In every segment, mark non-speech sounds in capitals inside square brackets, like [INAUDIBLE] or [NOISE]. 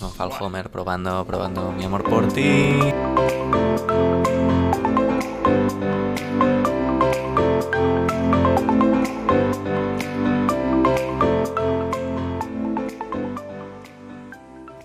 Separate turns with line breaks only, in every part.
No, Hal Homer probando, probando mi amor por ti.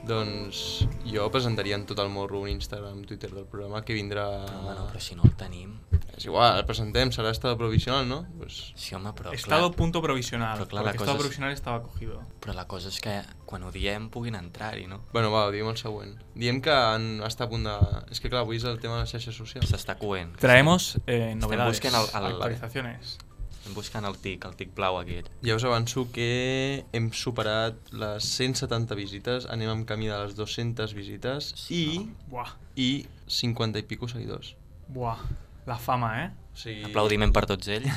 Doncs jo presentaria en tot el morro un Instagram, Twitter del programa que vindrà...
Però, bueno, però si Ah, no el tenim.
És igual, el presentem, serà estado provisional, no? Pues...
Sí, home, però
Estado
clar,
punto provisional.
Pero Pues, claro, la
porque
cosa
estado
es-
provisional estaba cogido.
però la cosa és que quan ho diem puguin entrar-hi, no?
Bueno, va, diguem el següent. Diem que han, està a punt de... És que clar, avui és el tema de les xarxes socials.
S'està coent.
Traemos eh, novedades.
busquen al- al-
actualizaciones.
Estem buscant el tic, el tic blau aquell.
Ja us avanço que hem superat les 170 visites, anem en camí de les 200 visites i,
Buah,
i 50 i pico seguidors.
buah. La fama, ¿eh?
O sigui,
Aplaudiment per tots [LAUGHS] ells.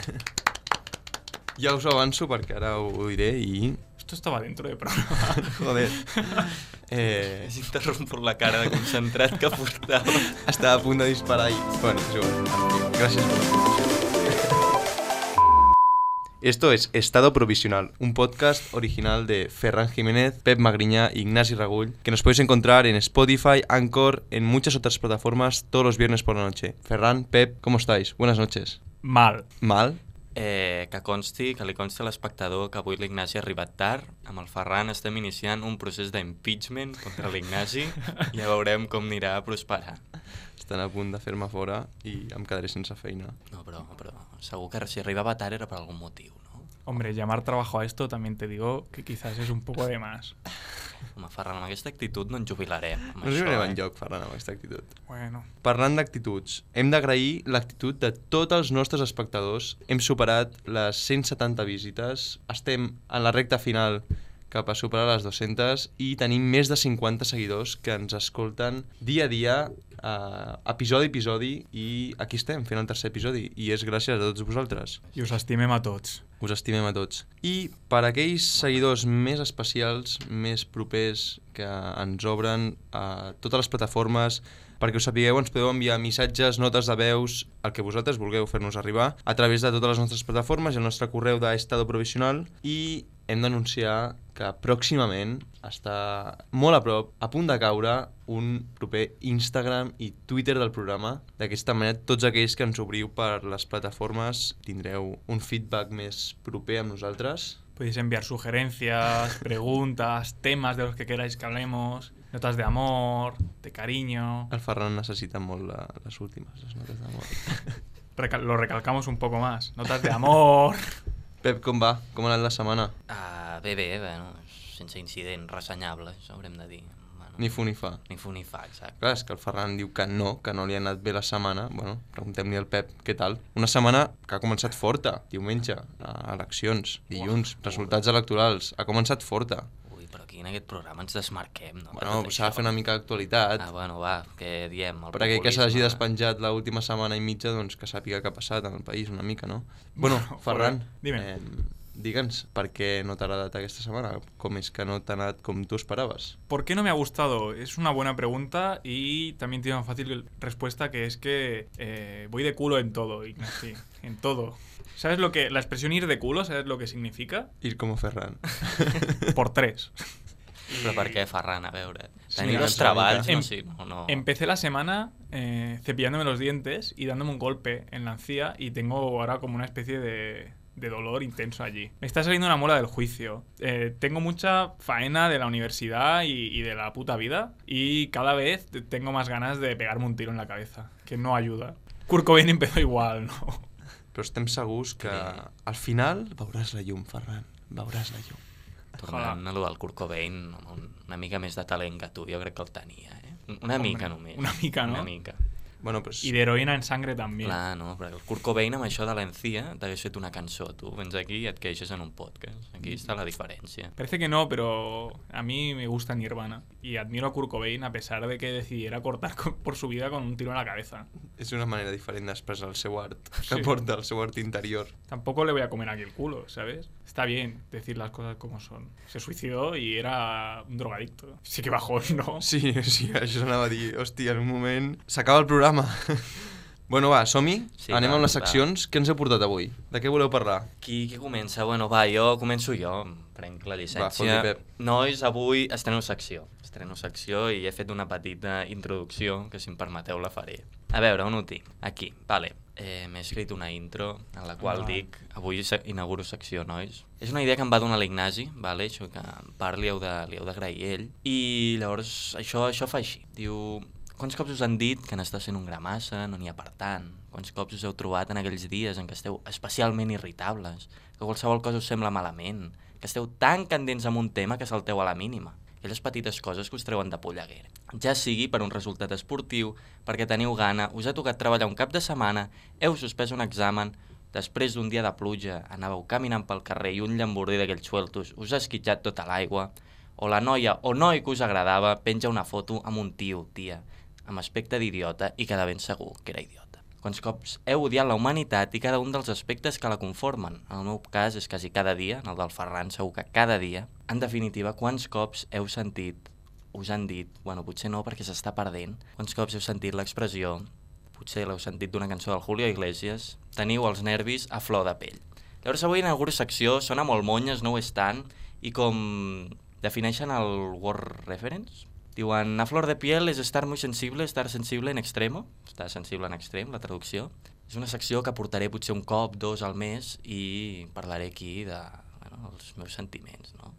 Ja us ho avanço perquè ara ho, ho diré
[LAUGHS]
i...
Esto estaba dentro de programa.
Joder. Eh,
És interromput la cara de concentrat que portava.
[LAUGHS] estava a punt de disparar i... Bueno, és igual. Gràcies per Esto es Estado Provisional, un podcast original de Ferran Jiménez, Pep Magriñá y Ignasi Ragull, que nos podéis encontrar en Spotify, Anchor, en muchas otras plataformas todos los viernes por la noche. Ferran, Pep, ¿cómo estáis? Buenas noches.
Mal.
¿Mal?
[LAUGHS] Eh, que consti, que li consti a l'espectador que avui l'Ignasi ha arribat tard. Amb el Ferran estem iniciant un procés d'impeachment contra [LAUGHS] l'Ignasi. Ja veurem com anirà a prosperar.
Estan a punt de fer-me fora i em quedaré sense feina.
No, però, però segur que si arribava tard era per algun motiu, no?
Hombre, llamar trabajo a esto también te digo que quizás es un poco de más.
Home, Ferran, amb aquesta actitud no ens jubilarem. Amb
No sé
això,
on
eh?
enlloc, Ferran, amb aquesta actitud.
Bueno.
Parlant d'actituds, hem d'agrair l'actitud de tots els nostres espectadors. Hem superat les 170 visites, estem en la recta final cap a superar les 200 i tenim més de 50 seguidors que ens escolten dia a dia, eh, episodi a episodi, i aquí estem fent el tercer episodi, i és gràcies a tots vosaltres.
Y os estimem a tots.
Us estimem a tots. I per aquells seguidors més especials, més propers, que ens obren a totes les plataformes, perquè ho sapigueu, ens podeu enviar missatges, notes de veus, el que vosaltres vulgueu fer-nos arribar, a través de totes les nostres plataformes i el nostre correu d'estado provisional. I hem d'anunciar que pròximament està molt a prop, a punt de caure, un proper Instagram i Twitter del programa. D'aquesta manera, tots aquells que ens obriu per les plataformes tindreu un feedback més proper amb nosaltres.
Podéis enviar sugerencias, preguntas, temas de los que queráis que hablemos, notas de amor, de cariño.
El Ferran necessita molt la, les últimes, les notes d'amor.
Recal- lo recalcamos un poco más. Notas
[LAUGHS]
de amor.
Pep, com va? Com ha anat la setmana?
Ah, bé, bé, bueno, sense incidents ressenyables, haurem de dir. Bueno,
Ni fu ni fa.
ni fu ni fa, exacte.
Clar, és que el Ferran diu que no, que no li ha anat bé la setmana. Bueno, preguntem-li al Pep què tal. Una setmana que ha començat forta. Diumenge, a eleccions, dilluns, resultats electorals. Ha començat forta.
Ui, però aquí en aquest programa ens desmarquem, no?
Bueno,
Tot
s'ha de
això.
fer una mica d'actualitat.
Ah, bueno, va, què diem? El
Per aquell que
populisme.
s'hagi despenjat l'última setmana i mitja, doncs que sàpiga què ha passat en el país una mica, no? Bueno,
Bueno,
[LAUGHS]
Ferran,
joder, dime.
Eh, digue'ns per què no t'ha agradat aquesta setmana. Com és que no t'ha anat com tu esperaves?
¿Por qué no me ha gustado? Es una buena pregunta y también tiene una fácil respuesta que es que eh, voy de culo en todo, Ignasi. En todo. ¿Sabes lo que. La expresión ir de culo, ¿sabes lo que significa?
Ir com Ferran.
Por tres.
Però per què, Ferran? A veure,
Sí,
tenir
una
dos
mica.
treballs,
Em-
no, sí, no, no.
Empecé la semana eh, cepillándome los dientes y dándome un golpe en la encía y tengo ahora como una especie de, de dolor intenso allí. Me está saliendo una mola del juicio. Eh, tengo mucha faena de la universidad y, y de la puta vida y cada vez tengo más ganas de pegarme un tiro en la cabeza, que no ayuda. Kurt Cobain empezó igual, ¿no?
Però estem segurs que
Sí.
al final veuràs la llum, Ferran. Veuràs la llum.
Tornant a lo del Kurt Cobain, home, un- una mica més de talent que tu, jo crec que el tenia, eh? Una
Hombre,
mica només.
una mica, no?
Una mica.
Bueno, pues,
Y de heroína en sangre también.
Clar, no, perquè el Kurt Cobain amb això de l'encia t'hagués fet una cançó, tu vens aquí i et queixes en un podcast. Aquí està la diferència.
Parece que no, pero a mí me gusta Nirvana y admiro a Kurt Cobain a pesar de que decidiera cortar [LAUGHS] con- por su vida con un tiro en la cabeza.
és una manera diferent d'expressar el seu art, que
Sí.
porta el seu art interior.
Tampoco le voy a comer aquí el culo, ¿sabes? Está bien decir las cosas como son. Se suicidó y era un drogadicto. Sí que bajó, [LAUGHS] ¿no?
Sí, sí, això anava a dir, hòstia, en un moment s'acaba el programa. [LAUGHS] Bueno, va, som-hi.
Sí,
Sí, Anem
va,
amb les
va.
seccions. Què ens heu portat avui? De què voleu parlar?
Qui, qui comença? Bueno, va, jo començo jo, em prenc la llicència.
fot-li, Pep.
Nois, avui estreno secció. Estreno secció i he fet una petita introducció que, si em permeteu, la faré. A veure, on ho tinc? Aquí, vale. Eh, M'he escrit una intro en la qual
Ah.
dic avui se- inauguro secció, nois. És una idea que em va donar l'Ignasi, vale? això que en part li heu de- li heu d'agrair a ell. I llavors això, això fa així. Diu, quants cops us han dit que n'està sent un gramassa, no n'hi ha per tant? Quants cops us heu trobat en aquells dies en què esteu especialment irritables, que qualsevol cosa us sembla malament, que esteu tan candents amb un tema que salteu a la mínima? Aquelles petites coses que us treuen de polleguera. Ja sigui per un resultat esportiu, perquè teniu gana, us ha tocat treballar un cap de setmana, heu suspès un examen, després d'un dia de pluja anàveu caminant pel carrer i un llamborder d'aquells sueltos us ha esquitxat tota l'aigua, o la noia o noi que us agradava penja una foto amb un tio, tia, amb aspecte d'idiota i queda ben segur que era idiota. Quants cops heu odiat la humanitat i cada un dels aspectes que la conformen? En el meu cas és quasi cada dia, en el del Ferran segur que cada dia. En definitiva, quants cops heu sentit, us han dit, bueno, potser no perquè s'està perdent, quants cops heu sentit l'expressió, potser l'heu sentit d'una cançó del Julio Iglesias, teniu els nervis a flor de pell. Llavors avui inauguro secció, sona molt monyes, no ho és tant, i com defineixen el Word Reference, diuen a flor de piel és estar muy sensible, estar sensible en extremo, estar sensible en extrem, la traducció. És una secció que portaré potser un cop, dos al mes, i parlaré aquí de bueno, els meus sentiments, no?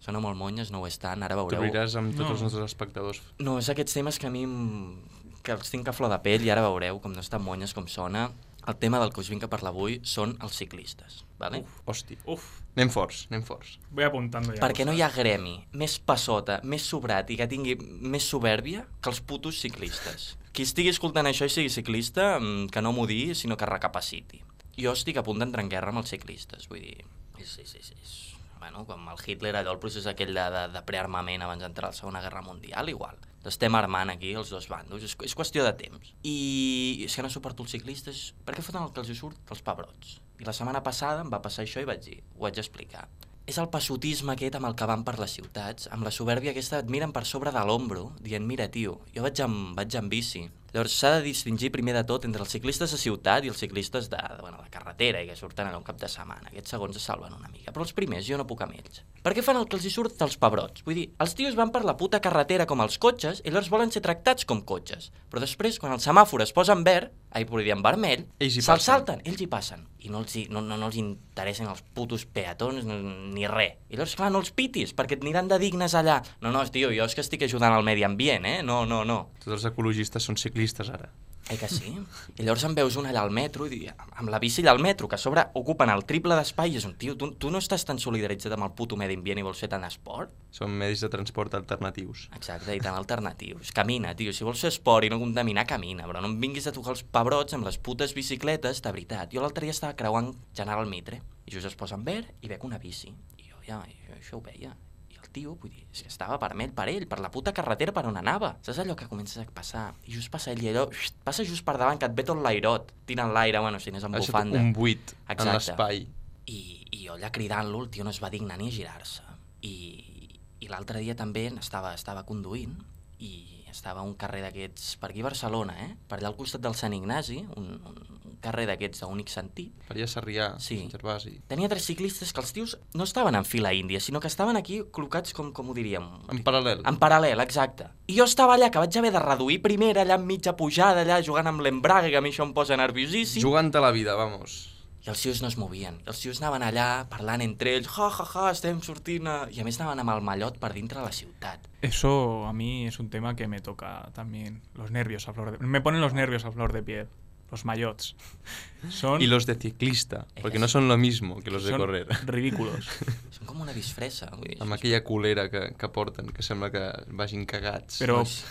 Sona molt monyes, no ho és tant, ara veureu...
T'obriràs amb tots
No.
els nostres espectadors.
No, és aquests temes que a mi em- que els tinc a flor de pell i ara veureu com no estan monyes com sona. El tema del que us vinc a parlar avui són els ciclistes, vale?
Hosti.
Uf,
Anem forts, anem forts.
voy apuntando ya.
Perquè no hi ha
cosas.
gremi més passota, més sobrat i que tingui més soberbia que els putos ciclistes. Qui estigui escoltant això i sigui ciclista, mm, que no m'ho digui, sinó que recapaciti. Jo estic a punt d'entrar en guerra amb els ciclistes, vull dir... És, és, és, és... Bueno, com el Hitler, allò, el procés aquell de, de, de prearmament abans d'entrar a la Segona Guerra Mundial, igual. Estem armant aquí els dos bandos, és, és qüestió de temps. I és que no suporto els ciclistes, perquè foten el que els hi surt? Els pebrots. I la setmana passada em va passar això i vaig dir, ho haig d'explicar és el passotisme aquest amb el que van per les ciutats, amb la soberbia aquesta et miren per sobre de l'ombro, dient, mira, tio, jo vaig amb, vaig amb bici. Llavors s'ha de distingir primer de tot entre els ciclistes de ciutat i els ciclistes de, de, bueno, de carretera i que surten en un cap de setmana. Aquests segons es salven una mica, però els primers jo no puc amb ells. Per què fan el que els hi surt dels pebrots? Vull dir, els tios van per la puta carretera com els cotxes i llavors volen ser tractats com cotxes. Però després, quan el semàfor es posa en verd, ahir podria en vermell,
Ells hi
se'l
passen.
salten salten, ells hi passen. I no els, hi, no, no, no els interessen els putos peatons ni, ni res. I llavors, clar, no els pitis, perquè et aniran de dignes allà. No, no, tio, jo és que estic ajudant al medi ambient, eh? No, no, no.
Tots els ecologistes són ciclistes ara.
Eh que sí? I llavors em veus un allà al metro, i dic, amb la bici allà al metro, que a sobre ocupen el triple d'espai, i és un tio, tu, tu no estàs tan solidaritzat amb el puto medi ambient i vols fer tant esport?
Són medis de transport alternatius.
Exacte, i tant alternatius. Camina, tio, si vols fer esport i no contaminar, camina, però no em vinguis a tocar els pebrots amb les putes bicicletes, de veritat. Jo l'altre dia estava creuant General Mitre, i just es posa en verd i veig una bici. I jo ja, jo això ho veia. I el tio, vull dir, és que estava vermell per ell, per la puta carretera per on anava. Saps allò que comences a passar? I just passa ell i allò, xxt, passa just per davant, que et ve tot l'airot. Tira en l'aire, bueno, si n'és amb
Ha deixat
bufanda.
un buit en
Exacte.
l'espai.
I, i jo allà cridant-lo, el tio no es va dignar ni a girar-se. I, i l'altre dia també estava, estava conduint i estava a un carrer d'aquests, per aquí a Barcelona, eh? per allà al costat del Sant Ignasi, un, un, un carrer d'aquests d'únic sentit,
Faria Sarrià,
Sí.
sí. Sant Gervasi.
tenia tres ciclistes que els tios no estaven en fila índia, sinó que estaven aquí col·locats, com, com ho diríem?
En paral·lel.
En paral·lel, exacte. I jo estava allà, que vaig haver de reduir primera, allà en mitja pujada, allà jugant amb l'embrague, que a mi això em posa nerviosíssim.
Jugant a la vida, vamos.
I els tios no es movien. Els tios anaven allà parlant entre ells, ja, ja, ja, estem sortint... A... I a més anaven amb el mallot per dintre la ciutat.
Eso a mí es un tema que me toca también. Los nervios a flor de Me ponen los nervios a flor de piel. Los mayots. [LAUGHS] Son,
Y los de ciclista, porque
Ellas.
no son lo mismo que los de
son
correr.
ridículos.
Són com una disfressa. Vull dir,
Amb aquella culera que, que porten, que sembla que vagin cagats.
Pero,
sí.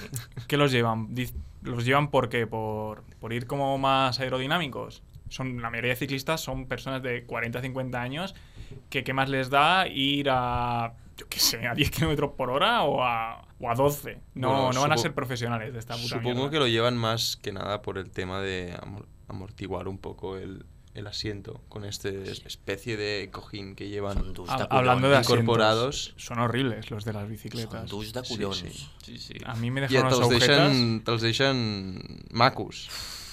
¿qué los llevan? Diz- ¿Los llevan por qué? ¿Por, por ir como más aerodinámicos? Son, la mayoría de ciclistas son personas de 40 50 años que qué más les da ir a, yo qué sé, a 10 kilómetros por hora o a, o a 12. No,
Bueno,
no van a
supo-
ser profesionales de esta puta
Supongo
mierda.
que lo llevan más que nada por el tema de amor- amortiguar un poco el, el asiento con este
Sí.
especie de cojín que
Són
llevan.
durs de
Ha-
collons.
hablando de
asientos,
incorporados
incorporados.
son horribles los de las
Són
bicicletas.
durs de
Sí,
collons. Ah. sí.
sí.
sí.
A mí
I
me dejaron las
te'ls
agujetas.
deixen, te deixen macos.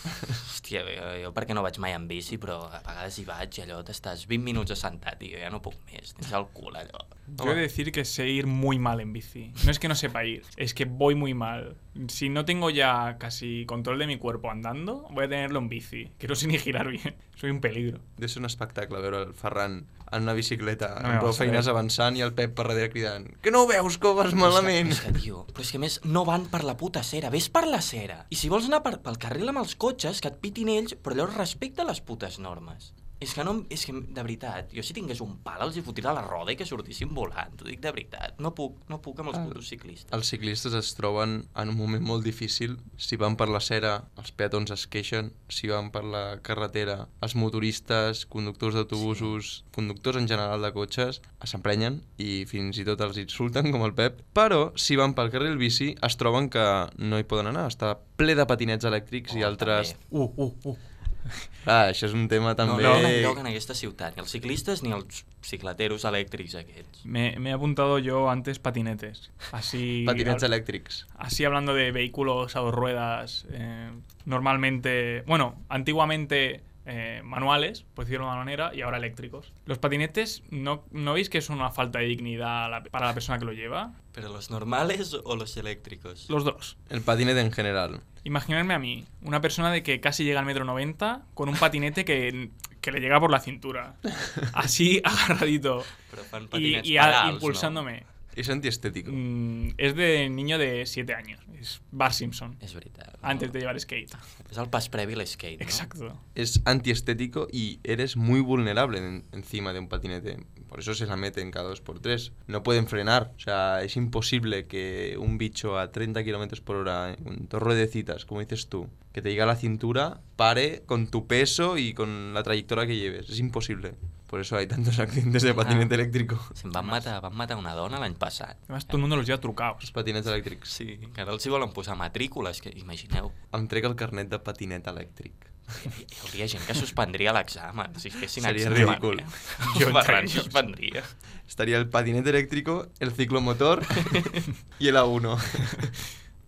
Hòstia, jo, jo perquè no vaig mai amb bici, però a vegades hi vaig i allò t'estàs 20 minuts assentat i jo ja no puc més, tens el cul allò.
Yo he de decir que sé ir muy mal en bici. No es que no sepa ir, es que voy muy mal. Si no tengo ya casi control de mi cuerpo andando, voy a tenerlo en bici. Que no sé ni girar bien. [LAUGHS] Soy un peligro.
Deu ser un espectacle veure el Ferran en una bicicleta,
No
amb
m'ho
prou
sé.
feines avançant i el Pep per darrere cridant que no ho veus que ho vas malament.
És que, és que, tio, però és que a més no van per la puta cera, ves per la cera. I si vols anar per, pel carril amb els cotxes, que et pitin ells, però llavors respecta les putes normes. És que, no, és que, de veritat, jo si tingués un pal els hi fotria la roda i que sortissin volant, t'ho dic de veritat. No puc, no puc amb els
Ah.
putos ciclistes.
Els ciclistes es troben en un moment molt difícil. Si van per la cera, els peatons es queixen. Si van per la carretera, els motoristes, conductors d'autobusos, conductors en general de cotxes, s'emprenyen i fins i tot els insulten, com el Pep. Però, si van pel carril bici, es troben que no hi poden anar. Està ple de patinets elèctrics i
Oh,
altres...
també.
Uh, uh, uh.
Ah, això és un tema
No,
també...
no donen lloc en aquesta ciutat, ni els ciclistes ni els ciclateros elèctrics aquests.
Me, me he apuntado yo antes patinetes. [LAUGHS] Así.
Patinets
hab-
elèctrics.
Así hablando de vehículos a dos ruedas, eh, normalmente, bueno, antiguamente eh, manuales, por decirlo de una manera, y ahora eléctricos. Los patinetes, ¿no, ¿no veis que es una falta de dignidad a la- para la persona que lo lleva?
Però los normales o los eléctricos?
Los dos.
El patinet en general.
Imaginarme a mí, una persona de que casi llega al metro 90 con un patinete que, que le llega por la cintura. Así [LAUGHS] agarradito.
Però fan
Y,
patinets
y a-
pedals,
impulsándome.
És antiestètic.
Mm, es de niño de 7 años. Es Bar Simpson.
No? És veritat.
Antes de llevar skate.
És el pas previ a l'skate, no?
Exacto.
es antiestético y eres muy vulnerable en- encima de un patinete. Por eso se la meten cada dos por tres. No pueden frenar. O sea, es imposible que un bicho a 30 kilómetros por hora, con dos ruedecitas, como dices tú, que te llegue a la cintura, pare con tu peso y con la trayectoria que lleves. Es imposible. Por eso hay tantos [LAUGHS] accidentes de patinete
Ah.
eléctrico.
Se'n van matar, van matar una dona l'any passat.
Además, [LAUGHS] todo el mundo los lleva
Los
trucados.
patinetes eléctricos.
Sí, que ara els hi volen posar matrícules, que imagineu,
Em trec el carnet de patinet elèctric.
hi, hi hauria gent que suspendria l'examen, si es fessin
Seria
examen. [LAUGHS]
ridícul.
Jo
Jo
Ferran
entre ells.
suspendria.
Estaría el patinete eléctrico, el
[LAUGHS]
ciclomotor y el A1.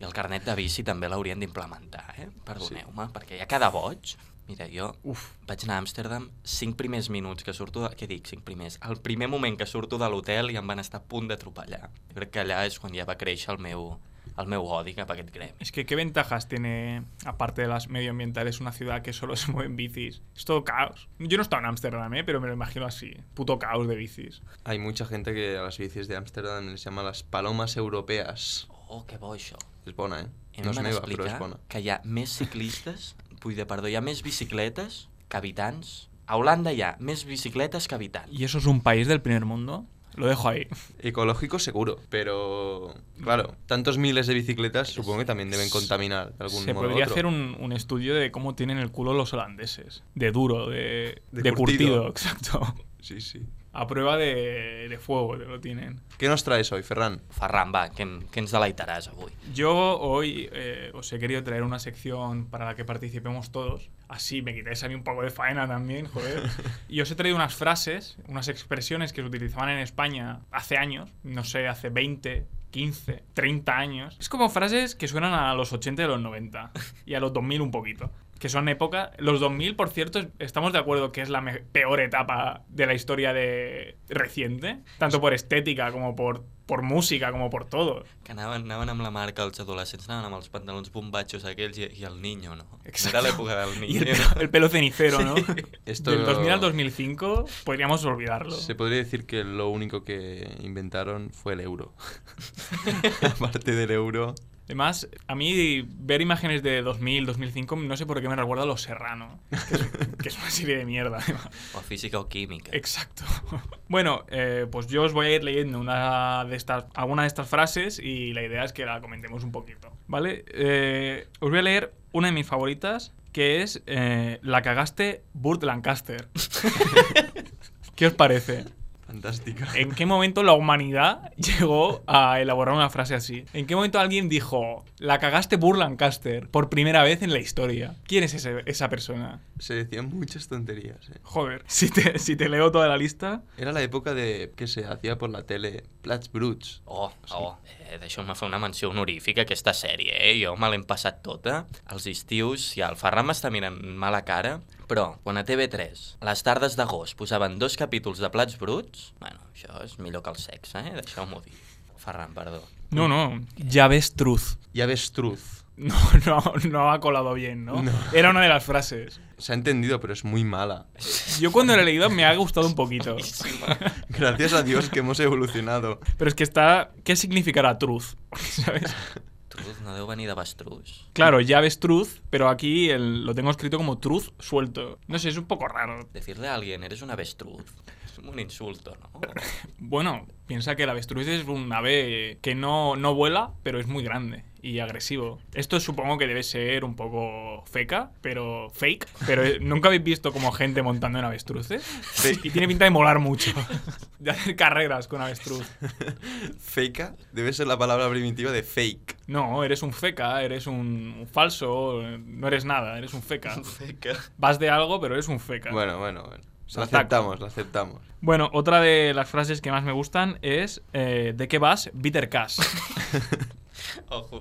I el carnet de bici també l'haurien d'implementar, eh? Perdoneu-me, sí. perquè hi ha cada boig. Mira, jo Uf. vaig anar a Amsterdam cinc primers minuts que surto... De... Què dic, cinc primers? El primer moment que surto de l'hotel i em van estar a punt d'atropellar. Jo crec que allà és quan ja va créixer el meu, el meu odi cap a aquest gremi.
Es que, ¿qué ventajas tiene, aparte de las medioambientales, una ciudad que solo [LAUGHS] se mueve en bicis? Es todo caos. Yo no he estado en Ámsterdam, ¿eh? pero me lo imagino así. Puto caos de bicis.
Hay mucha gente que a las bicis de Ámsterdam les llama las palomas europeas.
Oh, que bo això.
Es bona, eh?
I a mi
No
em
és
van
meva, però és
explicar
bona.
que hi ha més ciclistes, vull dir, perdó, hi ha més bicicletes que habitants. A Holanda hi ha més bicicletes que habitants.
¿Y eso es un país del primer mundo? Lo dejo ahí.
Ecológico seguro, pero claro, tantos miles de bicicletas supongo que también deben contaminar de algún
Se
modo u
podría
otro.
hacer un, un estudio de cómo tienen el culo los holandeses. De duro, de,
De
de curtido.
curtido.
[LAUGHS] exacto.
Sí, sí.
A prueba de, de fuego lo tienen.
¿Qué nos traes hoy, Ferran?
Ferran, va, que, em- que ens deleitaràs avui.
Yo hoy eh, os he querido traer una sección para la que participemos todos. Así me quitáis a mí un poco de faena también, joder. Y os he traído unas frases, unas expresiones que se utilizaban en España hace años, no sé, hace 20, 15, 30 años. Es como frases que suenan a los 80 y a los 90 y a los 2000 un poquito. Que son época. Los 2000, por cierto, es- estamos de acuerdo que es la me- peor etapa de la historia de reciente. Tanto por estética como por, por música, como por todo.
Que anaven, anaven amb la marca, els adolescents anaven amb els pantalons bombatxos aquells i, i el niño, no?
Exacto.
Era l'època
[LAUGHS]
del
Y
niño.
el pelo, el pelo cenicero, ¿no?
Esto-
Del 2000 al 2005 podríamos olvidarlo.
Se podría decir que lo único que inventaron fue el
[LAUGHS]
euro. [LAUGHS] Aparte del euro,
Además, a mí ver imágenes de 2000, 2005, no sé por qué me recuerda a Los Serrano, que
[LAUGHS]
es, que es una serie de mierda. además.
O física o química.
Exacto. Bueno, eh, pues yo os voy a ir leyendo una de estas, alguna de estas frases y la idea es que la comentemos un poquito. ¿Vale? Eh, os voy a leer una de mis favoritas, que es
[LAUGHS]
[LAUGHS] eh, La cagaste Burt Lancaster. ¿Qué os parece?
Fantástica.
¿En qué momento la humanidad [LAUGHS] llegó a elaborar una frase así? ¿En qué momento alguien dijo, la cagaste Burlancaster por primera vez en la historia? ¿Quién es ese- esa persona?
Se decían muchas tonterías. eh.
Joder, [LAUGHS] si te, si te leo toda la lista,
Era la època de que se hacía por la tele Plats Bruts.
Oh, oh, eh, deixeu-me fer una menció honorífica a aquesta sèrie, eh? Jo me l'hem passat tota. Els estius, ja, el Ferran m'està mirant mala cara, però quan a TV3, a les tardes d'agost, posaven dos capítols de plats bruts, bueno, això és millor que el sexe, eh? Deixeu-m'ho dir. Ferran, perdó.
no, no, ya ves truth. [LAUGHS]
Y avestruz.
No, no, no ha colado bien, ¿no?
No.
Era una de las frases.
Se ha entendido, pero es muy mala.
Yo cuando la he leído me ha gustado un poquito.
Gracias a Dios que hemos evolucionado.
Pero es que está. ¿Qué significará truth? [LAUGHS] ¿Sabes?
Truz, no deu venir de Bastruz.
Claro, ya ves truth, pero aquí el- lo tengo escrito como truth suelto. No sé, es un poco raro.
Decirle a alguien, eres un avestruz, es un insulto, ¿no?
Bueno, piensa que el avestruz es un ave que no, no vuela, pero es muy grande y agresivo. Esto supongo que debe ser un poco feca, pero fake. Pero eh, nunca habéis visto como gente montando en avestruces.
Fake.
Y tiene pinta de molar mucho. [LAUGHS] De hacer carreras con avestruz.
Feca debe ser la palabra primitiva de fake.
No, eres un feca, eres un, un falso, eh, no eres nada, eres un feca.
Feca.
Vas de algo, pero eres un feca.
Bueno, bueno, bueno.
Se
La
ataca.
aceptamos, la aceptamos.
Bueno, otra de las frases que más me gustan es eh, ¿De qué vas? Bitter Cash.
Ojo.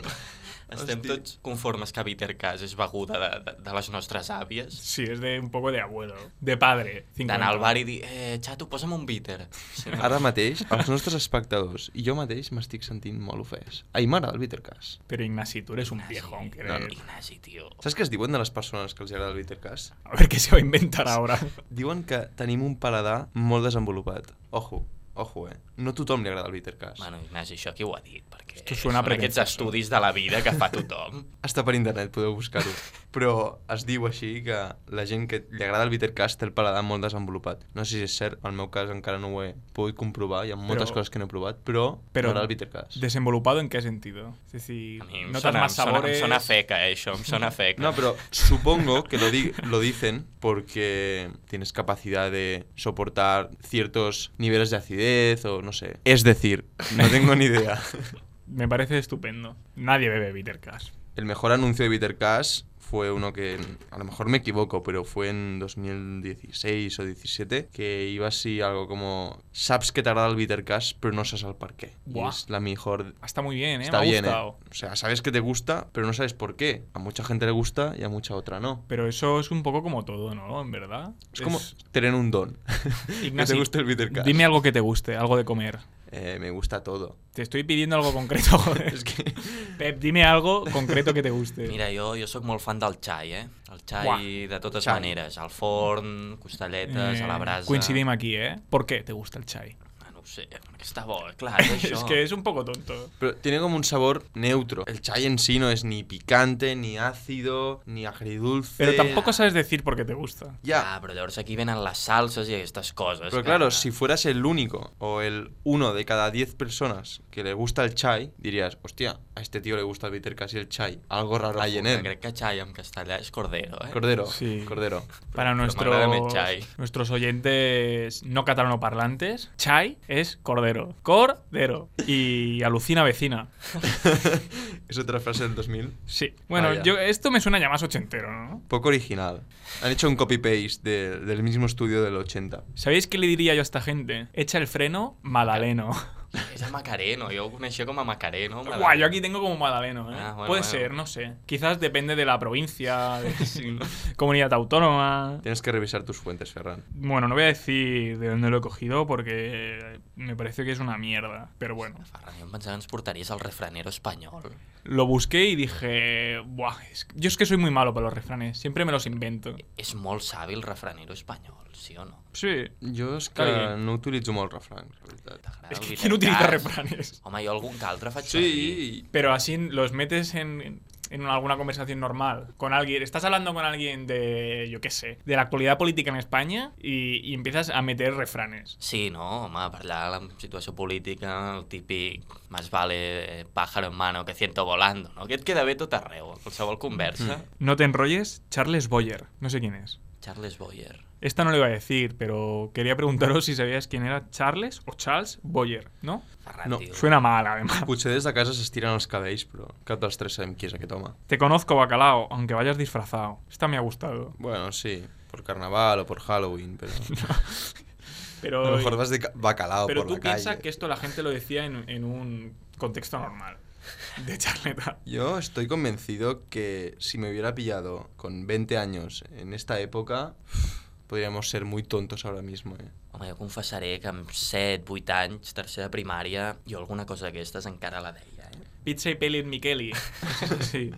Estem
Hosti.
tots conformes que Vitercas és beguda de, de, de les nostres àvies.
Sí, es de un poco de abuelo, de padre. 50.
d'anar al bar i dir, eh, xato, posa'm un bitter. Sí.
Ara mateix, els nostres espectadors i jo mateix m'estic sentint molt ofès. Ai, m'agrada el Bittercast.
Pero Ignasi, tú eres un viejo, aunque
no,
eres-
Ignasi, tio.
Saps què es diuen de les persones que els agrada el Bittercast?
A ver qué se va a inventar ahora. [LAUGHS]
Diuen que tenim un paladar molt desenvolupat. Ojo, ojo, eh? No a tothom li agrada el Bittercast.
Bueno, Ignasi, això qui ho ha dit? Perquè
Esto suena
són aquests
pretencioso.
estudis de la vida que fa tothom.
Està per internet, podeu buscar-ho. Però es diu així que la gent que li agrada el Bittercast té el paladar molt desenvolupat. No sé si és cert, en el meu cas encara no ho he pogut comprovar, hi ha moltes
Però-
coses que no he provat, però,
Pero
però m'agrada el Bittercast.
¿Desenvolupado en qué sentido? Es decir,
A mi em
notas
sona, em
más
sona, em
sabores.
sona feca, eh, això, em sona feca.
No, pero supongo que lo, di- lo dicen porque tienes capacidad de soportar ciertos niveles de acidez o no sé. Es decir, no tengo ni idea.
Me parece estupendo. Nadie bebe Bitter Cash.
El mejor anuncio de Bitter Cash fue uno que, a lo mejor me equivoco, pero fue en 2016 o 17, que iba así algo como, sabes que te agrada el Bitter Cash, pero no sabes al parqué. Y
Buah.
es la mejor...
Está muy bien, ¿eh?
Está
Me ha
bien, ¿eh?
gustado.
O sea, sabes que te gusta, pero no sabes por qué. A mucha gente le gusta y a mucha otra no.
Pero eso es un poco como todo, ¿no? En verdad.
Es como tener un don. [LAUGHS]
Ignasi,
que te guste el bitter cash.
Dime algo que te guste, algo de comer.
Eh, me gusta todo.
Te estoy pidiendo
[LAUGHS]
algo concreto. joder.
Es que
Pep, dime algo concreto que te guste.
Mira, jo, jo sóc molt fan del xai, eh? El xai
Buah. Eh,
de totes
Xai.
maneres. Al forn, costelletes, a la brasa...
Coincidimos aquí, ¿eh? ¿Por qué te gusta el chai?
Ah, no ho sé, perquè està bo, eh? clar, és això.
[LAUGHS] es que es un poco tonto.
pero tiene como un sabor neutro. El chai en sí no es ni picante, ni ácido, ni agridulce.
Pero tampoco sabes decir por qué te gusta.
Ja,
Ya.
Ah, però llavors aquí venen les salses i aquestes coses.
Pero
que-
Pues claro, si fueras el único o el uno de cada diez personas que le gusta el chai, dirías, hostia, a este tío le gusta el bitter casi el chai. Algo raro hay en
Ojo, que
él.
Crec que xai en castellà és cordero, eh?
Cordero,
Sí.
cordero.
Para
Pero
nuestros,
mándame chai.
nuestros oyentes no catalanoparlantes, chai es cordero. Cordero. Y alucina vecina.
[LAUGHS] Es otra frase del 2000.
Sí. Bueno,
Vaya.
yo, esto me suena ya más ochentero, ¿no?
Poco original. Han hecho un copy-paste de- del mismo estudio del 80.
¿Sabéis qué le diría yo a esta gente? Echa el freno, Madaleno.
És el Macareno, jo ho coneixia com a Macareno.
[LAUGHS] Guau, yo aquí tengo como Madaleno, ¿eh?
Ah, bueno,
Puede
bueno.
ser, no sé. Quizás depende de la provincia,
[LAUGHS]
de comunidad autónoma.
Tienes que revisar tus fuentes, Ferran.
Bueno, no voy a decir de dónde lo he cogido porque me parece que es una mierda. Pero bueno,
Ferran, jo em pensava que ens portaries al refranero espanyol.
lo busqué y dije, Buah, es que- yo es que soy muy malo para los refranes, siempre me los invento.
És molt savi el refranero espanyol, sí o no?
Sí,
Jo és
Està
que
bé.
no utilitzo molt refrancs, la veritat.
T'agrada el
es que
Peter
¿quién utiliza
Cas?
refranes?
Home, jo algun que altre faig servir.
Sí,
Pero así los metes en, en alguna conversación normal con alguien. Estás hablando con alguien de, yo qué sé, de la actualidad política en España y, y empiezas a meter refranes.
Sí, no, home, parlar de la situació política, el típic más vale eh, pájaro en mano que ciento volando, no? Aquest queda bé tot
Mm-hmm.
arreu, a qualsevol conversa.
No te enrolles, Charles Boyer. No sé quién es.
Charles Boyer.
Esta no le iba a decir, pero quería preguntaros si sabíais quién era Charles o Charles Boyer, ¿no?
Ferran,
No.
tio.
Suena mal, además.
Potser des de casa s'estiren els cabells, però cap dels tres sabem qui és aquest home.
Te conozco, bacalao, aunque vayas disfrazado. Esta me ha gustado.
Bueno, sí, por carnaval o por Halloween,
[LAUGHS]
pero
Pero,
a lo mejor vas de ca- bacalao
pero
por
tú
la
piensas
calle.
que esto la gente lo decía en, en un contexto normal de charleta.
Yo estoy convencido que si me hubiera pillado con 20 años en esta época, podríamos ser muy tontos ahora mismo, ¿eh?
Home, jo confessaré que amb 7, 8 anys, tercera primària, jo alguna cosa d'aquestes encara la deia, eh?
Pizza y Peli en Micheli. [LAUGHS] Sí.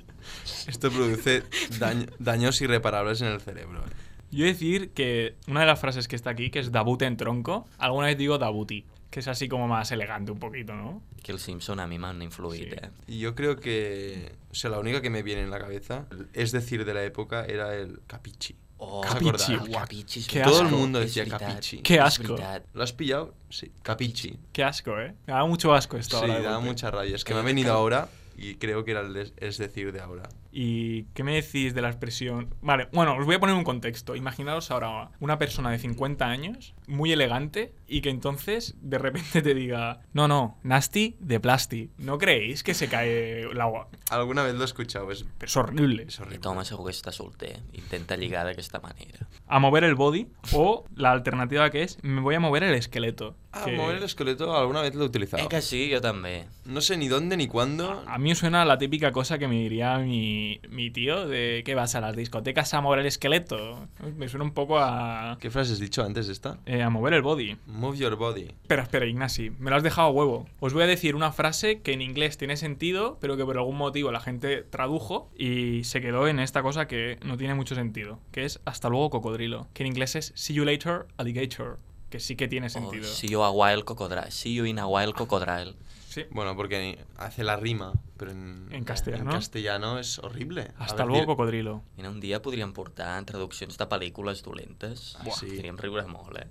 Esto
[LAUGHS]
produce daño- daños irreparables en el cerebro. ¿eh?
Yo he de decir que una de las frases que está aquí, que es Dabute en tronco, alguna vez digo Dabuti, que es así como más elegante un poquito, ¿no?
Que els Simpson a mi m'han influït,
Sí.
sí. eh?
Y yo creo que, o sea, la única que me viene en la cabeza, es decir, de la época, era el capichi.
Oh,
Capichi.
el Capichi. és
Que
veritat.
asco. Todo el
mundo
És
decía
veritat,
capichi.
Que
és
asco.
veritat.
¿Lo has pillado? Sí, capichi.
Qué asco, ¿eh? Me da mucho asco
Sí,
esto ahora de
da
golpe.
mucha rabia. Es que me ha venido ahora y creo que era el de- es decir de ahora.
¿Y qué me decís de la expresión? Vale, bueno, os voy a poner un contexto. Imaginaros ahora una persona de 50 años, muy elegante, y que entonces de repente te diga, no, no, nasty de plasti. ¿No creéis que se cae el agua?
Alguna vez lo he escuchado, es,
Pero es horrible.
es
I
horrible. Mm.
Tom segur que està solter. Intenta lligar d'aquesta manera.
A mover el body, o la alternativa que es, me voy a mover el esqueleto.
Ah,
que-
mover el esqueleto alguna vez lo he utilizado.
Eh que sí, jo també.
No sé ni dónde ni cuándo.
A mí me suena la típica cosa que me diría mi, mi tío de que vas a las discotecas a mover el esqueleto. Me suena un poco a,
¿Qué frase has dicho antes de esta?
eh, a mover el body.
Move your body.
Espera, espera, Ignasi, me lo has dejado a huevo. Os voy a decir una frase que en inglés tiene sentido, pero que por algún motivo la gente tradujo y se quedó en esta cosa que no tiene mucho sentido, que es hasta luego cocodrilo, que en inglés es see you later alligator, que sí que tiene
Oh,
sentido.
see you a while cocodrile. See you in a while cocodrile.
Sí.
Bueno, porque hace la rima, pero en,
En castellano.
en castellano es horrible.
Hasta
A ver,
luego
dir-
cocodrilo.
Mira, un dia podríem portar traduccions de pel·lícules dolentes.
Ah, sí.
Podríem riure molt, eh?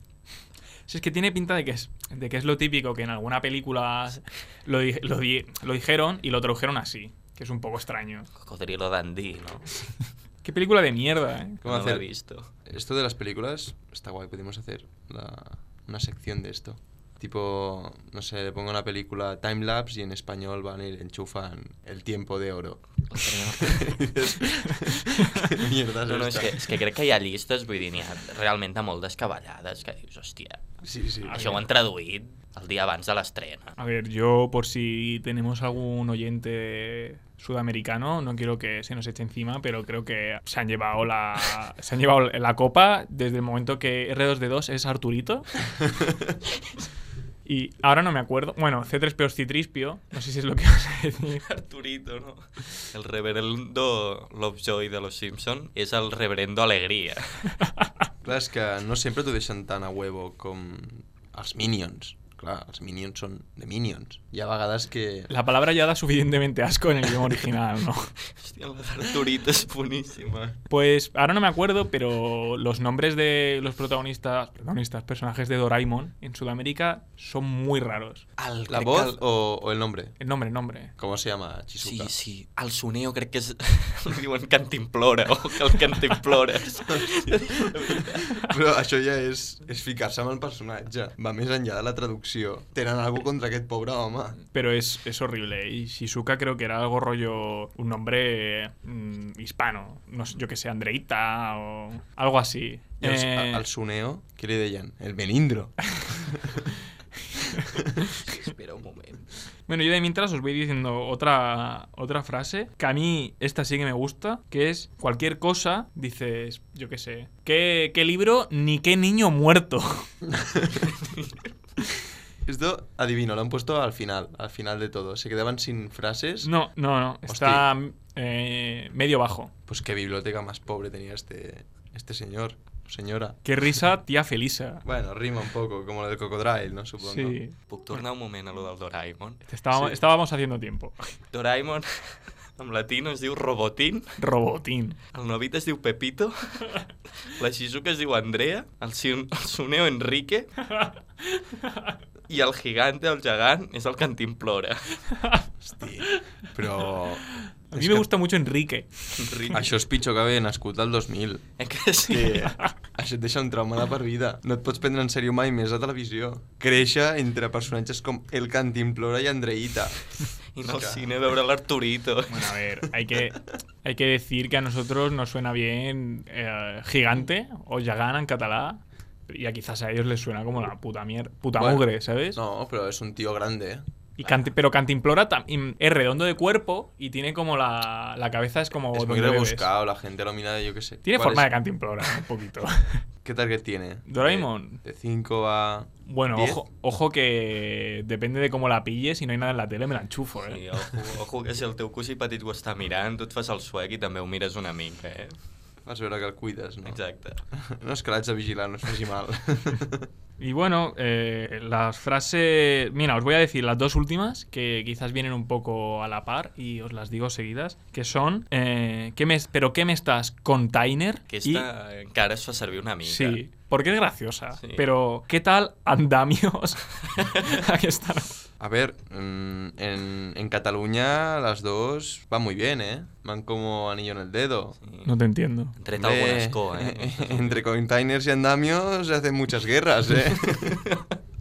Si es que tiene pinta de que es, de que es lo típico que en alguna película lo, di- lo di- lo dijeron y lo tradujeron así, que es un poco extraño.
Cocodrilo Dandy, no?
Qué película de mierda, ¿eh?
¿Cómo
no
hacer?
lo he
[LAUGHS]
visto.
Esto de las películas está guay. Podemos hacer la- una sección de esto. Tipo, no sé, le pongo una película timelapse y en español van y le enchufan el tiempo de oro. [LAUGHS] ¿Qué [LAUGHS] mierda es
No, no, és
esta?
que, és que crec que hi ha llistes, vull dir, n'hi ha realment de molt descabellades que dius, hòstia,
Sí, sí.
A
això ho han traduït el dia abans de l'estrena.
A ver, yo por si tenemos algún oyente sudamericano, no quiero que se nos eche encima, pero creo que se han llevado la se han llevado la copa desde el momento que R2D2 es Arturito. Y ahora no me acuerdo. Bueno, C3PO es Citrispio, no sé si es lo que vas a decir.
Arturito, no? El reverendo Lovejoy de Los Simpson és el reverendo Alegria.
Clar, és que no sempre t'ho deixen tan a huevo com els Minions. Clar, els Minions són de Minions. Hi ha vegades que...
La palabra ya da suficientemente asco en el idioma original, ¿no?
Hòstia, la d'Arturito és eh? boníssima.
Pues ahora no me acuerdo, pero los nombres de los protagonistas, protagonistas, personajes de Doraemon en Sudamérica son muy raros.
El,
La
crec
voz
que El...
o, o el nombre?
El nombre, el nombre.
Com se llama?
Sí,
Chisuka.
sí. El soneo crec [LAUGHS] que és... Li diuen cantimplora, o que el [LAUGHS] cantimplores.
[LAUGHS] Però això ja és, és ficar-se amb el personatge. Va més enllà de la traducció. Tenen algú contra aquest pobre home.
Pero es, es horrible. Y Shizuka creo que era algo rollo. Un nombre mm, hispano. No sé, yo que sé, Andreita o algo así.
I els,
Eh,
a- al Suneo, què li deien? El
[LAUGHS]
melindro.
Sí, espera un moment.
Bueno, yo de mientras os voy diciendo otra, otra frase que a mí esta sí que me gusta, que es cualquier cosa, dices, yo qué sé, qué, qué libro ni qué
[LAUGHS]
niño muerto.
Esto, adivino, lo han puesto al final, al final de todo. Se quedaban sin frases.
No, no, no, está eh, medio bajo.
Pues qué biblioteca más pobre tenía este, este señor, o señora.
Qué risa, tía Felisa.
Bueno, rima un poco, como lo del Cocodrile, ¿no? Supongo.
Sí,
Puc tornar un moment a lo del Doraemon?
te estábamos,
Sí.
estábamos haciendo tiempo. [LAUGHS]
Doraemon en latino es diu Robotín,
Robotín.
el Novita es diu Pepito, [LAUGHS] la Shizuka es diu Andrea, el, Sin- el Suneo Enrique i el gigante, el gegant, és el Cantimplora.
Hosti, però...
A
és
mí me
que
gusta mucho Enrique.
[LAUGHS] Enrique.
Això és pitjor que haver nascut al 2000.
Eh que sí?
Que això et deixa un trauma de per vida. No et pots prendre en sèrio mai més la televisió. Créixer entre personatges com El Cantimplora i Andreita.
Y no al
Hostia.
cine de ver al Arturito.
Bueno, a ver, hay que, hay que decir que a nosotros nos suena bien eh, gigante o yagana en catalán. Y a quizás a ellos les suena como la puta mierda, puta
Bueno,
mugre, ¿sabes?
No, pero es un tío grande, eh?
Y canti- pero Cantimplora tam- im- es redondo de cuerpo y tiene como la, la cabeza es como...
es muy
donde bebes.
rebuscado, la gente lo mira de yo qué sé.
Tiene
¿Cuál
forma de
es-
Cantimplora,
[LAUGHS]
un poquito.
¿Qué target tiene?
Doraemon.
De 5 a...
Bueno,
¿Diez?
ojo, ojo que depende de cómo la pilles. Si no hay nada en la tele, me la enchufo, ¿eh?
Sí, ojo, ojo, que si el teu cosí petit ho està mirant, tu et fas el suec i també ho mires una mica, eh?
Vas a veure que el cuides, no?
Exacte.
No és que l'haig de vigilar, no es faci
[LAUGHS]
mal.
Y bueno, eh, las frases... Mira, os voy a decir las dos últimas, que quizás vienen un poco a la par, y os las digo seguidas, que son... eh, ¿qué me, ¿Pero qué me estás, container?
Aquesta encara es fa servir una
Y,
mica.
sí, porque es graciosa.
Sí.
Pero, ¿qué tal andamios? [LAUGHS] Aquí están.
A ver, mm, en, en Cataluña las dos van muy bien, ¿eh? Van como anillo en el dedo.
Sí.
No te entiendo.
Hem tret
Hombre,
algun escó, [LAUGHS] eh?
[LAUGHS] Entre containers y andamios se hacen muchas guerras, ¿eh? [LAUGHS]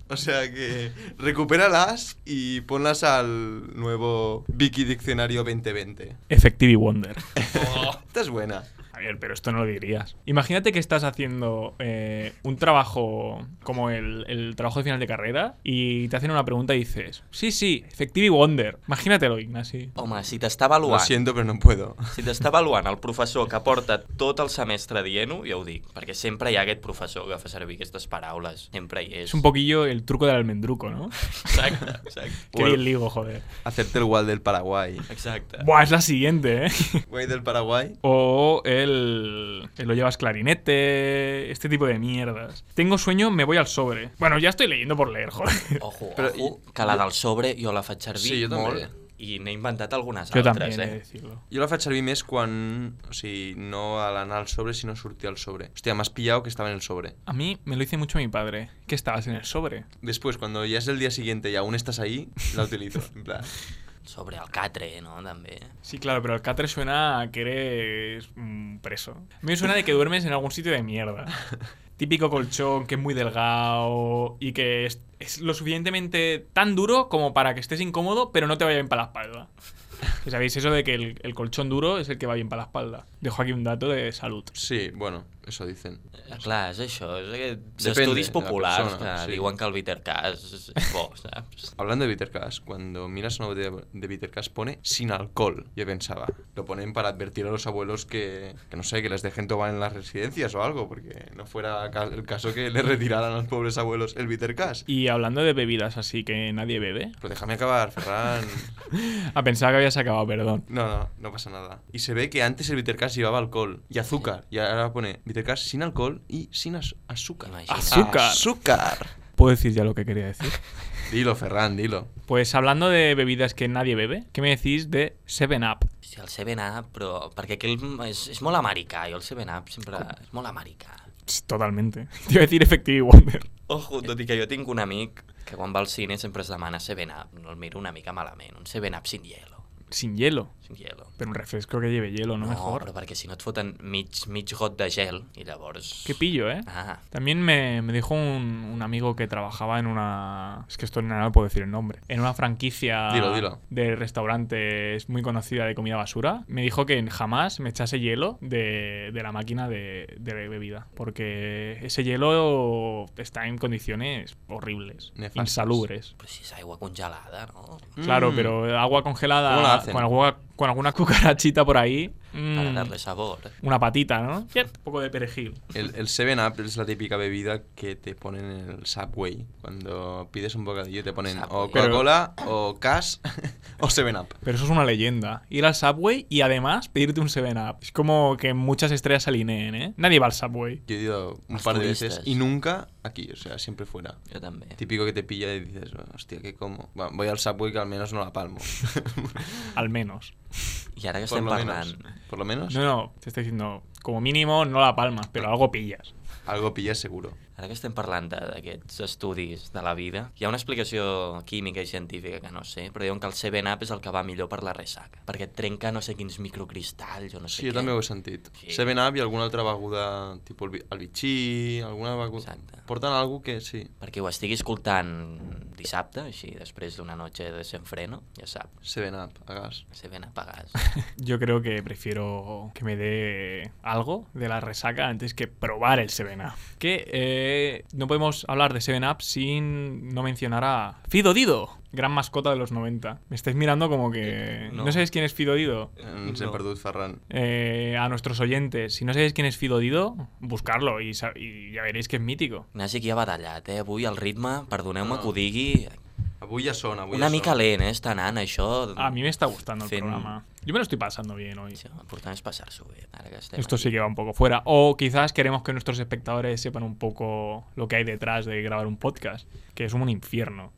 o sea que recupéralas y ponlas al nuevo Vicky Diccionario 2020.
Effective Wonder.
Esta es buena.
A ver, pero esto no lo dirías. Imagínate que estás haciendo eh, un trabajo como el, el trabajo de final de carrera y te hacen una pregunta y dices, sí, sí, Effective Wonder. Imagínatelo, Ignasi.
Home, si t'està
Lo
avaluant...
siento, pero no puedo.
Si t'està avaluant el professor que porta tot el semestre dient-ho, ja ho dic, perquè sempre hi ha aquest professor que fa servir aquestes paraules, sempre hi és.
Es un poquillo el truco del almendruco, ¿no?
Exacte,
[LAUGHS]
exacte.
Qué
Bueno.
bien ligo, joder.
Hacerte el guay del Paraguay.
Exacte.
Buah, es la siguiente, ¿eh?
Guay del Paraguay.
O el, el lo llevas clarinete, este tipo de mierdas. Tengo sueño, me voy al sobre. Bueno, ya estoy leyendo por leer, joder.
Ojo,
Però
Però, ojo, que la del sobre jo la faig servir
Sí, jo també.
molt i n'he inventat algunes
Yo
altres,
también, he de
eh?
decirlo.
Yo la faig servir més quan... O sigui, no a l'anar al sobre, sinó sortir al sobre. Hostia, m'has pillado que estaba en el sobre.
A mí me lo dice mucho mi padre, que estabas en el sobre.
Después, cuando ya es el día siguiente y aún estás ahí, la utilizo. En plan,
Sobre el catre, no? També.
Sí, claro, pero el catre suena a que eres un preso. A mí me suena de que duermes en algún sitio de mierda. Típico colchón que es muy delgado y que es, es lo suficientemente tan duro como para que estés incómodo, pero no te vaya bien para la espalda. Que ¿Sabéis eso de que el, el colchón duro es el que va bien para la espalda? Dejo aquí un dato de salud.
sí, bueno, eso dicen.
Eh, Clar, és això, és aquests
Depende
estudis
de la
populars
persona,
que
sí.
diuen que el Vitercàs és és bo, saps?
Hablando de Bittercast, cuando miras una botella de Bittercast pone sin alcohol. Yo pensaba, lo ponen para advertir a los abuelos que, que no sé, que les dejen tomar en las residencias o algo, porque no fuera ca- el caso que le retiraran a los pobres abuelos el Bittercast.
Y hablando de bebidas así que nadie bebe.
Pero déjame acabar, Ferran.
A pensar que habías acabado, perdón.
No, no, no pasa nada. Y se ve que antes el Bittercast llevaba alcohol y azúcar. Y ahora pone Bittercast sin alcohol y sin az- azúcar.
Imagina't.
Azúcar.
Azúcar.
¿Puedo decir ya lo que quería decir?
Dilo, Ferran, dilo.
Pues hablando de bebidas que nadie bebe, ¿qué me decís de 7-Up?
Sí, el 7-Up, però... Perquè aquell és, és molt americà, jo el 7-Up sempre... És molt americà.
Pss, Totalmente. [LAUGHS] Te iba a decir Effective Wonder.
Ojo, tot i que jo tinc un amic que quan va al cine sempre es demana 7-Up. No el miro una mica malament. Un 7-Up sin hielo.
Sin hielo.
Sin hielo.
Pero un refresco que lleve hielo, ¿no? Mejor.
però perquè si no et foten mig, mig got de gel i llavors...
Qué pillo, ¿eh?
Ah,
También me, me dijo un, un amigo que trabajaba en una... Es que esto no lo puedo decir el nombre. En una franquicia
Dilo, dilo.
de restaurantes muy conocida de comida basura. Me dijo que jamás me echase hielo de, de la máquina de, de bebida. Porque ese hielo está en condiciones horribles.
Nefastas.
Insalubres.
però si és aigua congelada, no?
Claro,
Mm.
pero
¿Cómo
agua
la
congelada
hacen?
con alguna, con alguna [LAUGHS] cucarachita por ahí. mm,
Para darle sabor.
una patita, ¿no? Y Un poco de perejil.
El, el 7-Up es la típica bebida que te ponen en el Subway. Cuando pides un bocadillo te ponen o
Subway.
Coca-Cola, o Cash, [LAUGHS] o 7-Up.
Pero eso es una leyenda. Ir al Subway y además pedirte un 7-Up. Es como que muchas estrellas se alineen, ¿eh? Nadie va al Subway.
Yo he ido un
Los
par de
turistas.
veces y nunca aquí, o sea, siempre fuera.
Jo també.
Típico que te pilla y dices, "Oh, hostia, ¿qué como? Va, voy al Subway que al menos no
[LAUGHS]
la palmo.
Al menos.
I ara que
por,
estem
lo menos,
parlant...
por lo menos,
No, no, te estoy diciendo, como mínimo no la palmas, pero algo pillas.
algo pillas seguro.
Ara que estem parlant de- d'aquests estudis de la vida, hi ha una explicació química i científica que no sé, però diuen que el 7-Up és el que va millor per la ressaca, perquè et trenca no sé quins microcristalls o no sé
Sí,
què.
jo també ho he sentit.
Sí.
7-Up i alguna altra beguda, tipus el vi- el bitxí, alguna beguda...
Exacte.
Porten alguna que sí.
Perquè ho estigui escoltant dissabte, així, després d'una noche de desenfreno, ja sap,
7-Up, a gas.
se ven apagats.
Yo creo que prefiero que me dé algo de la resaca antes que probar el 7-Up. Que eh, no podemos hablar de 7-Up sin no mencionar a Fido Dido, gran mascota de los 90. Me estáis mirando como que... ¿No,
No.
sabéis quién es Fido Dido?
Ens hem
No.
perdut, Ferran.
Eh, a nuestros oyentes, si no sabéis quién es Fido Dido, buscarlo y, sa- y ya veréis que es mítico.
Ignasi aquí ha badallat, eh? Avui el ritme, perdoneu-me
No.
que ho digui,
Avui ja sona, avui
una
ja
mica
sona.
lent, eh? Està anant, això...
A mí me está gustando el
Fin.
programa. Yo me lo estoy pasando bien hoy.
Sí, l'important és passar-s'ho bé. Ara que estem
Esto
aquí.
sí que va un poco fuera. O quizás queremos que nuestros espectadores sepan un poco lo que hay detrás de grabar un podcast, que es un infierno.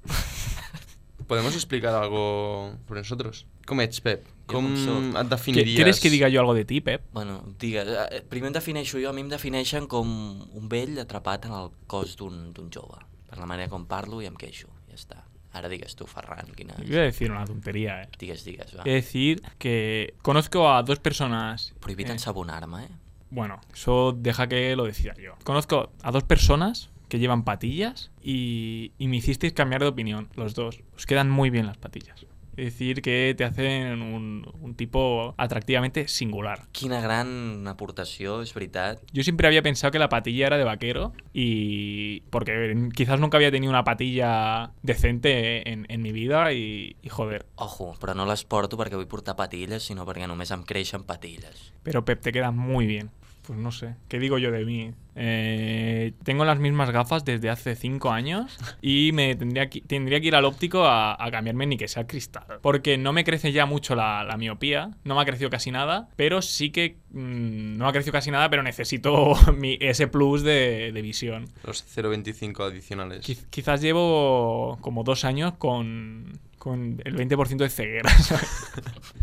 Podemos explicar algo por nosotros? Com ets, Pep? Com
com soc?
et
¿Qué-
definiries?
¿Quieres que diga yo algo de ti, Pep?
Bueno, digues, eh, primer em defineixo jo, a mi em defineixen com un vell atrapat en el cos d'un d'un jove, per la manera com parlo i em queixo, ja està. Ara digues tu, Ferran, quina...
Voy a decir una tontería, ¿eh?
Digues, digues, va.
He de decir que conozco a dos personas.
Prohibit
eh,
ensabonar-me, eh?
Bueno, eso deja que lo decida yo. Conozco a dos personas que llevan patillas y, y me hicisteis cambiar de opinión, los dos. Os quedan muy bien las patillas. Es decir, que te hacen un- un tipo atractivamente singular.
Quina gran aportació, és veritat.
Yo siempre había pensado que la patilla era de vaquero y porque quizás nunca había tenido una patilla decente en, en mi vida y, y joder.
Ojo, però no les porto perquè vull portar patilles, sinó perquè només em creixen patilles.
Pero Pep te queda muy bien. Pues no sé, ¿qué digo yo de mí? Eh, tengo las mismas gafas desde hace 5 años y me tendría que, tendría que ir al óptico a, a cambiarme ni que sea cristal. Porque no me crece ya mucho la, la miopía, no me ha crecido casi nada, pero sí que... mm, no me ha crecido casi nada, pero necesito [LAUGHS] mi, ese plus de- de visión.
Los 0,25 adicionales.
Quiz- quizás llevo como dos años con, con el 20%
[LAUGHS]
de ceguera. ¿sabes?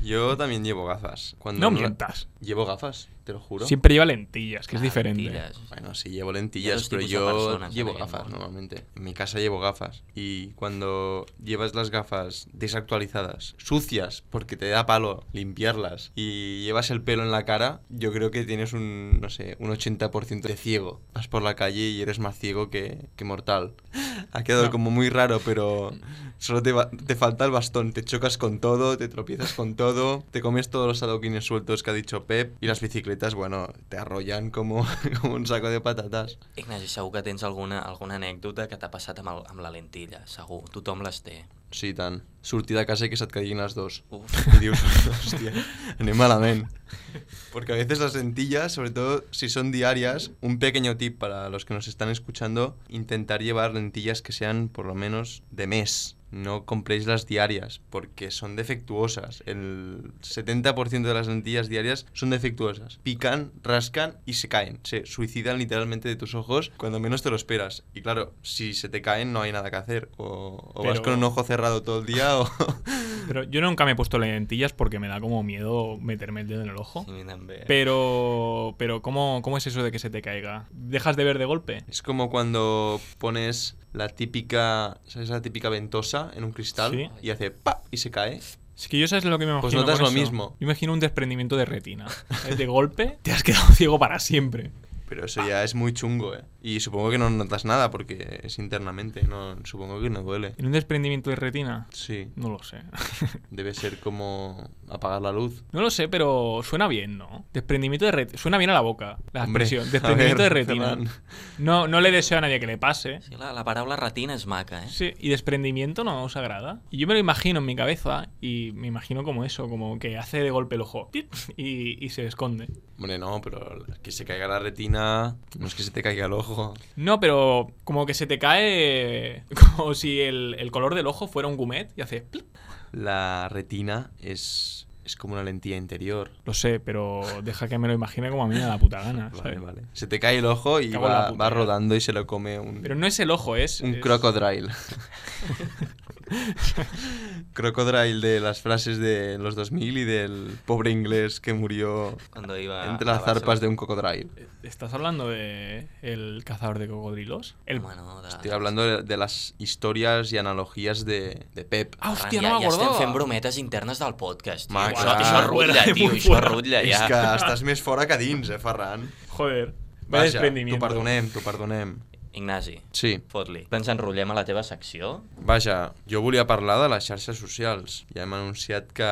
Yo también llevo gafas. Cuando
No
la-
mientas.
Llevo gafas, te lo juro.
[LAUGHS] Siempre lleva lentillas, que eh? es
Ah,
diferente.
Patilles.
pues, Bueno, sí, llevo
Otros
lentillas, pero
tipos de
yo
personas
llevo
en aquel
gafas
mundo.
normalmente. En mi casa llevo gafas. Y cuando llevas las gafas desactualizadas, sucias, porque te da palo limpiarlas, y llevas el pelo en la cara, yo creo que tienes un, no sé, un 80% de ciego. Vas por la calle y eres más ciego que, que mortal. Ha quedado
No.
como muy raro, pero solo te, va- te falta el bastón. Te chocas con todo, te tropiezas con todo, te comes todos los adoquines sueltos que ha dicho Pep y las bicicletas, bueno, te arrollan como, [LAUGHS] como un saco de patatas.
Ignasi, segur que tens alguna, alguna anècdota que t'ha passat amb, el, amb la lentilla, segur. Tothom les té.
Sí, tant. Sortir de casa i que se't caiguin les dos.
Uf.
[LAUGHS]
I [LAUGHS] dius, hòstia, anem malament. Porque a veces las lentillas, sobre todo si son diarias, un pequeño tip para los que nos están escuchando, intentar llevar lentillas que sean por lo menos de mes. No compréis las diarias porque son defectuosas. El 70% de las lentillas diarias son defectuosas. Pican, rascan y se caen. Se suicidan literalmente de tus ojos cuando menos te lo esperas. Y claro, si se te caen no hay nada que hacer. O, o vas
Pero-
con un ojo cerrado todo el día o...
Pero yo nunca me he puesto lentillas porque me da como miedo meterme el dedo en el ojo.
Sí, també.
Pero, pero ¿cómo, ¿cómo es eso de que se te caiga? ¿Dejas de ver de golpe?
Es como cuando pones la típica, ¿sabes? La típica ventosa en un cristal
Sí.
y hace pa y se cae.
Es que yo sabes lo que me imagino.
Pues notas
con
lo
eso.
mismo.
Yo imagino un desprendimiento
[LAUGHS]
de retina. ¿sabes? De golpe te has quedado [LAUGHS] ciego para siempre.
Pero eso ya es muy chungo, ¿eh? Y supongo que no notas nada porque es internamente, no supongo que no duele.
¿En un desprendimiento de retina?
Sí,
No lo sé.
debe ser como apagar la luz.
No lo sé, pero suena bien, ¿no? Desprendimiento de retina. Suena bien a la boca. La
Hombre,
expresión.
a
Desprendimiento
ver,
de retina.
Ferran.
No, no le deseo a nadie que le pase.
Sí, la, la paraula retina és maca, eh?
Sí, y desprendimiento no os agrada. Y yo me lo imagino en mi cabeza y me imagino como eso, como que hace de golpe el ojo ¡tip! y, y se esconde.
Hombre, no, pero que se caiga la retina, no es que se te caiga el ojo.
No, pero como que se te cae [LAUGHS] como si el, el color del ojo fuera un gumet y hace... ¡plip!
La retina es, es como una lentilla interior.
Lo sé, pero deja que me lo imagine como a mí a la puta
[LAUGHS]
gana.
Vale,
¿sabes?
vale. Se te cae el ojo y
Cago en la
va,
puta,
va
ya.
rodando y se lo come un,
Pero no es el ojo, es...
un
es-
crocodile. Crocodile de las frases de los 2000 y del pobre inglés que murió
Cuando
Ah,
iba
entre
a
las zarpas
Barcelona.
de un cocodrilo.
¿Estás hablando de el cazador de cocodrilos? Ah, El...
Bueno, de...
Estoy hablando de, de las historias y analogías de, de Pep.
Ah, hòstia,
ja,
no
ja estem
m'acordava.
fent brometes internes del podcast, tio.
Ma,
això,
clar.
això rutlla,
Fuera,
tio,
muy
això
fuera.
rutlla,
És
ja.
que
[LAUGHS]
estàs més fora que dins, eh, Ferran?
Joder, vaya
Vaja, t'ho
desprendimiento.
perdonem, t'ho perdonem.
Ignasi,
Sí.
fot-li. Ens enrotllem a la teva secció.
Vaja, jo volia parlar de les xarxes socials. Ja hem anunciat que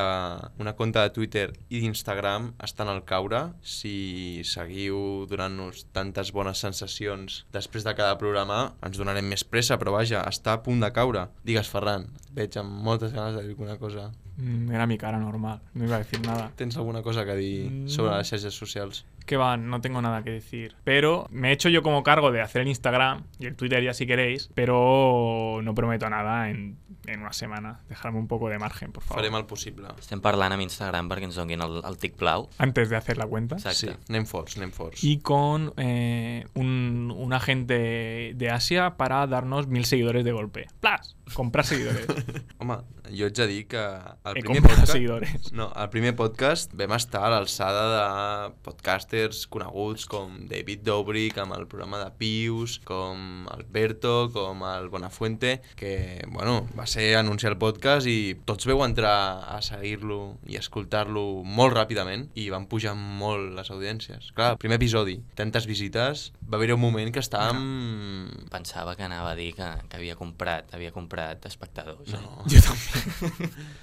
una compte de Twitter i d'Instagram estan al caure. Si seguiu donant-nos tantes bones sensacions després de cada programa, ens donarem més pressa, però vaja, està a punt de caure. Digues, Ferran, et veig amb moltes ganes de dir alguna cosa.
Mm, Era mi cara normal, no iba a decir nada.
Tens alguna cosa que dir sobre les xarxes socials?
Que va, no tengo nada que decir. Pero me he hecho yo como cargo de hacer el Instagram y el Twitter ya si queréis, pero no prometo nada en, en una semana. Dejarme un poco de margen, por favor.
Farem el possible.
Estem parlant amb Instagram perquè ens donguin el, el tic blau.
Antes de hacer la cuenta.
Sí,
Exacte. Sí.
anem forts, anem forts.
Y con eh, un, un agente de Asia para darnos mil seguidores de golpe. ¡Plas! Comprar seguidores. Eh,
Home, jo haig de dir que el
He
primer
comprado
podcast...
seguidores.
No, al primer podcast vam estar a l'alçada de podcasters coneguts com David Dobrik amb el programa de Pius, com Alberto, com el Bonafuente, que, bueno, va ser anunciar el podcast i tots veu entrar a seguir-lo i escoltar-lo molt ràpidament i van pujar molt les audiències. Clar, primer episodi, tantes visites, va haver un moment que estàvem...
Pensava que anava a dir que, que havia comprat, havia comprat espectadors. eh?
No.
Yo también.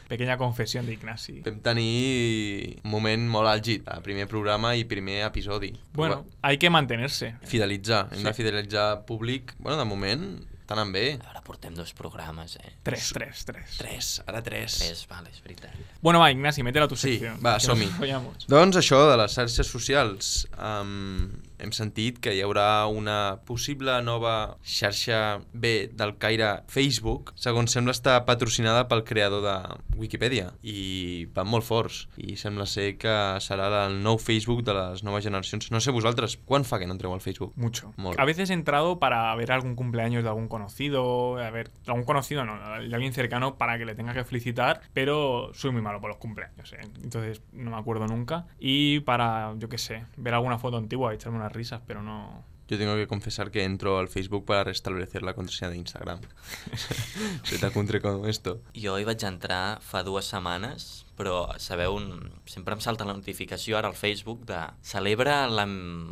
Pequeña confesión de Ignasi.
Vam tenir un moment molt àlgid, al primer programa i primer episodi.
Bueno, hay que mantenerse.
Fidelitzar, hem sí. de fidelitzar públic. Bueno, de moment, tant en bé.
Ara portem dos programes, eh?
Tres, tres, tres.
Tres, ara tres.
Tres, vale, és veritat.
Bueno, va, Ignasi, métela a tu
Sí,
sección.
va,
que
som-hi.
nos follamos.
Doncs això de les xarxes socials. Um, hem sentit que hi haurà una possible nova xarxa B del caire Facebook, segons sembla estar patrocinada pel creador de Wikipedia. I van molt forts. I sembla ser que serà el nou Facebook de les noves generacions. No sé vosaltres, quan fa que no entreu al Facebook?
Mucho.
Molt.
A veces he entrado para ver algún cumpleaños de algún conocido, a ver, de algún conocido no, de alguien cercano para que le tenga que felicitar, pero soy muy malo por los cumpleaños, ¿eh? entonces no me acuerdo nunca. Y para, yo qué sé, ver alguna foto antigua y echarme unas risas, pero no...
Yo tengo que confesar que entro al Facebook para restablecer la contraseña de Instagram. [LAUGHS] Se te acuntre con esto.
Jo hi vaig entrar fa dues setmanes, però sabeu, un... sempre em salta la notificació ara al Facebook de celebra la...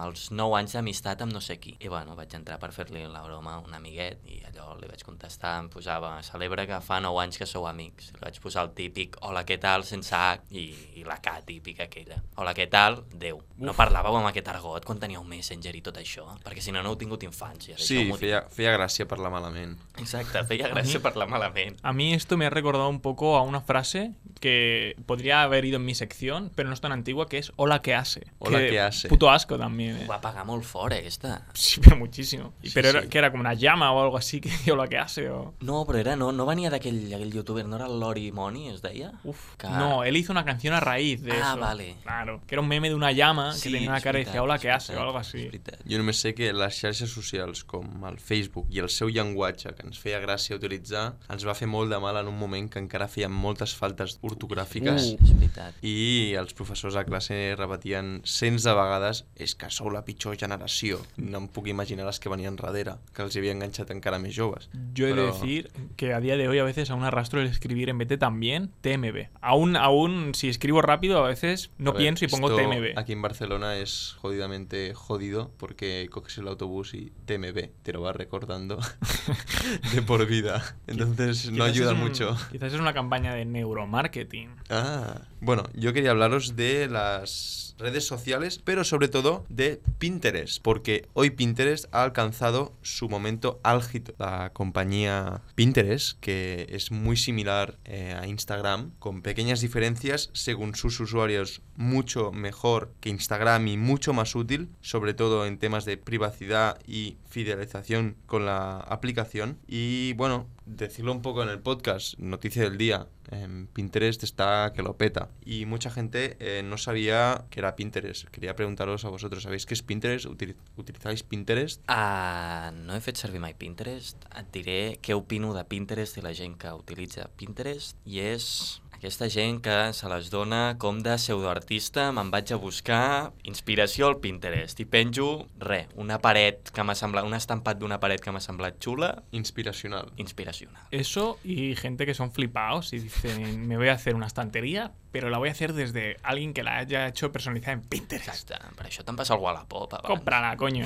els 9 anys d'amistat amb no sé qui. I bueno, vaig entrar per fer-li la broma a un amiguet i allò li vaig contestar, em posava celebra que fa 9 anys que sou amics. Li vaig posar el típic hola què tal sense H i, i la K típica aquella. Hola què tal, Déu. No parlàveu amb aquest argot quan teníeu Messenger i tot això? Perquè si no, no heu tingut infància.
Sí,
deixeu-m'ho dir.
feia, feia gràcia parlar malament.
Exacte, feia gràcia parlar malament.
A mí esto me ha recordado un poco a una frase que podría haber ido en mi sección, pero no es tan antigua, que es hola que hace.
Hola, ¿qué hace?
Puto asco también. ¿eh?
Ho va pagar molt fort, eh, aquesta.
[LAUGHS] Sí, pero muchísimo.
Sí,
pero era-
sí.
que era como una llama o algo así, [LAUGHS] que hola que hace o...
No, però era, no, no venia d'aquell aquell youtuber, no era el Lori Moni, es deia?
Uf,
que-
no, él hizo una canción a raíz de
Ah,
eso.
vale.
Claro, que era un meme de una llama
Sí,
que tenía una
és
cara y decía,
veritat,
hola,
és
¿qué hace?
veritat,
o algo
és
así.
veritat.
Jo només sé que les xarxes socials com el Facebook i el seu llenguatge que ens feia gràcia utilitzar ens va fer molt de mal en un moment que encara feien moltes faltes ortogràfiques
És veritat.
i els professors a classe repetien cents de vegades és que sou la pitjor generació. No em puc imaginar les que venien darrere, que els havia enganxat encara més joves.
Yo he de
Però-
decir que a día de hoy a veces aún arrastro el escribir en vez de también TMB. Aún, aún si escribo rápido, a veces no
A ver,
pienso y pongo
esto
TMB.
Aquí en Barcelona es jodidamente jodido porque coges el autobús y TMB te lo va recordando [LAUGHS] de por
[LAUGHS]
vida. Entonces no
Quizás es
ayuda
un-
mucho.
Quizás es una campaña de neuromarketing.
Ah, bueno, yo quería hablaros de las redes sociales, pero sobre todo de Pinterest, porque hoy Pinterest ha alcanzado su momento álgido. La compañía Pinterest, que es muy similar eh, a Instagram, con pequeñas diferencias, según sus usuarios, mucho mejor que Instagram y mucho más útil, sobre todo en temas de privacidad y fidelización con la aplicación. Y bueno, decirlo un poco en el podcast, noticia del día. em, Pinterest está que lo peta. ahora y mucha gente eh, no sabía que era Pinterest. Quería preguntaros a vosotros, ¿sabéis qué es Pinterest? ¿Utili- ¿Utilizáis Pinterest?
Ah, no he fet servir mai Pinterest. Et diré què opino de Pinterest i la gent que utilitza Pinterest. I és aquesta gent que se les dona com de pseudoartista, me'n vaig a buscar inspiració al Pinterest i penjo, re, una paret que m'ha semblat, un estampat d'una paret que m'ha semblat xula,
Inspiracional.
inspiracional.
Eso y gente que son flipados y dicen, me voy a hacer una estantería, pero la voy a hacer desde alguien que la haya hecho personalizada en Pinterest.
Exacte, per això te'n passa el Wallapop abans.
Cómprala,
[LAUGHS]
coño.